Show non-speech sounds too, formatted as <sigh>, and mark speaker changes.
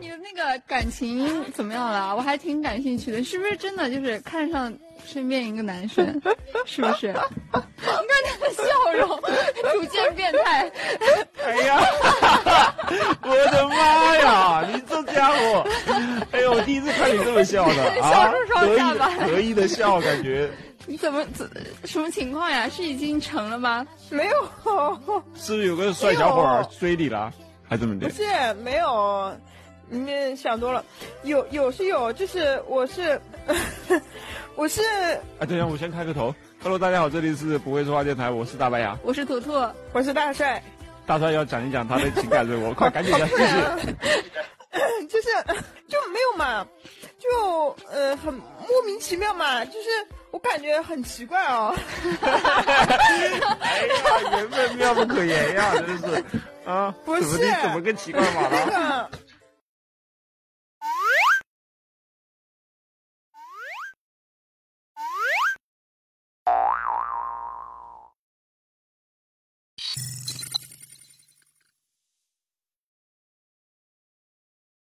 Speaker 1: 你的那个感情怎么样了？我还挺感兴趣的，是不是真的就是看上身边一个男生，是不是？你看他的笑容，逐渐变态。
Speaker 2: 哎呀， <laughs> 我的妈呀！你这家伙，哎呦，我第一次看你这么笑
Speaker 3: <laughs>
Speaker 2: 的啊
Speaker 1: 笑出，
Speaker 2: 得
Speaker 1: 双下巴
Speaker 2: 意得意的笑，感觉
Speaker 1: 你怎么怎什么情况呀？是已经成了吗？
Speaker 3: <laughs> 没有，
Speaker 2: 是不是有个帅小伙
Speaker 3: 哎
Speaker 2: 儿
Speaker 3: 呦
Speaker 2: 追你了，还这么的
Speaker 3: 不？是没有，你们想多了。有有是有，就是我是 <laughs> 我是
Speaker 2: 哎，等一下，我先开个头。Hello，大家好，这里是不会说话电台，我是大白牙。
Speaker 1: 我是图图，
Speaker 3: 我是大帅， <laughs>
Speaker 2: 大帅要讲一讲他的情感生活，快赶紧啊的，继
Speaker 3: 哎
Speaker 2: 续。
Speaker 3: 就是就没有嘛，就呃很莫名其妙嘛，就是我感觉很奇怪哦。 <laughs>
Speaker 2: 哎呀，缘分妙不可言呀，真是啊！
Speaker 3: 不是
Speaker 2: 怎么你怎么个奇怪法
Speaker 3: 那
Speaker 2: 了？
Speaker 3: 个